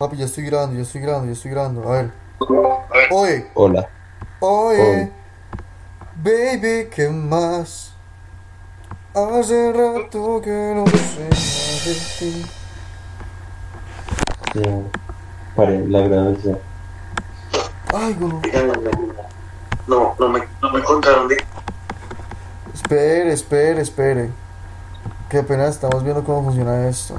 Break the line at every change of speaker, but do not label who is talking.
Papi, yo estoy grabando, yo estoy grabando, yo estoy grabando. A ver. Oye,
Hola.
oye. Baby, ¿qué más? Hace rato que no sé nada de ti.
Ya. Paré eh, la grabación.
Ay, bueno.
No, no me, no me contaron de
Espere, espere, espere. Que apenas estamos viendo cómo funciona esto.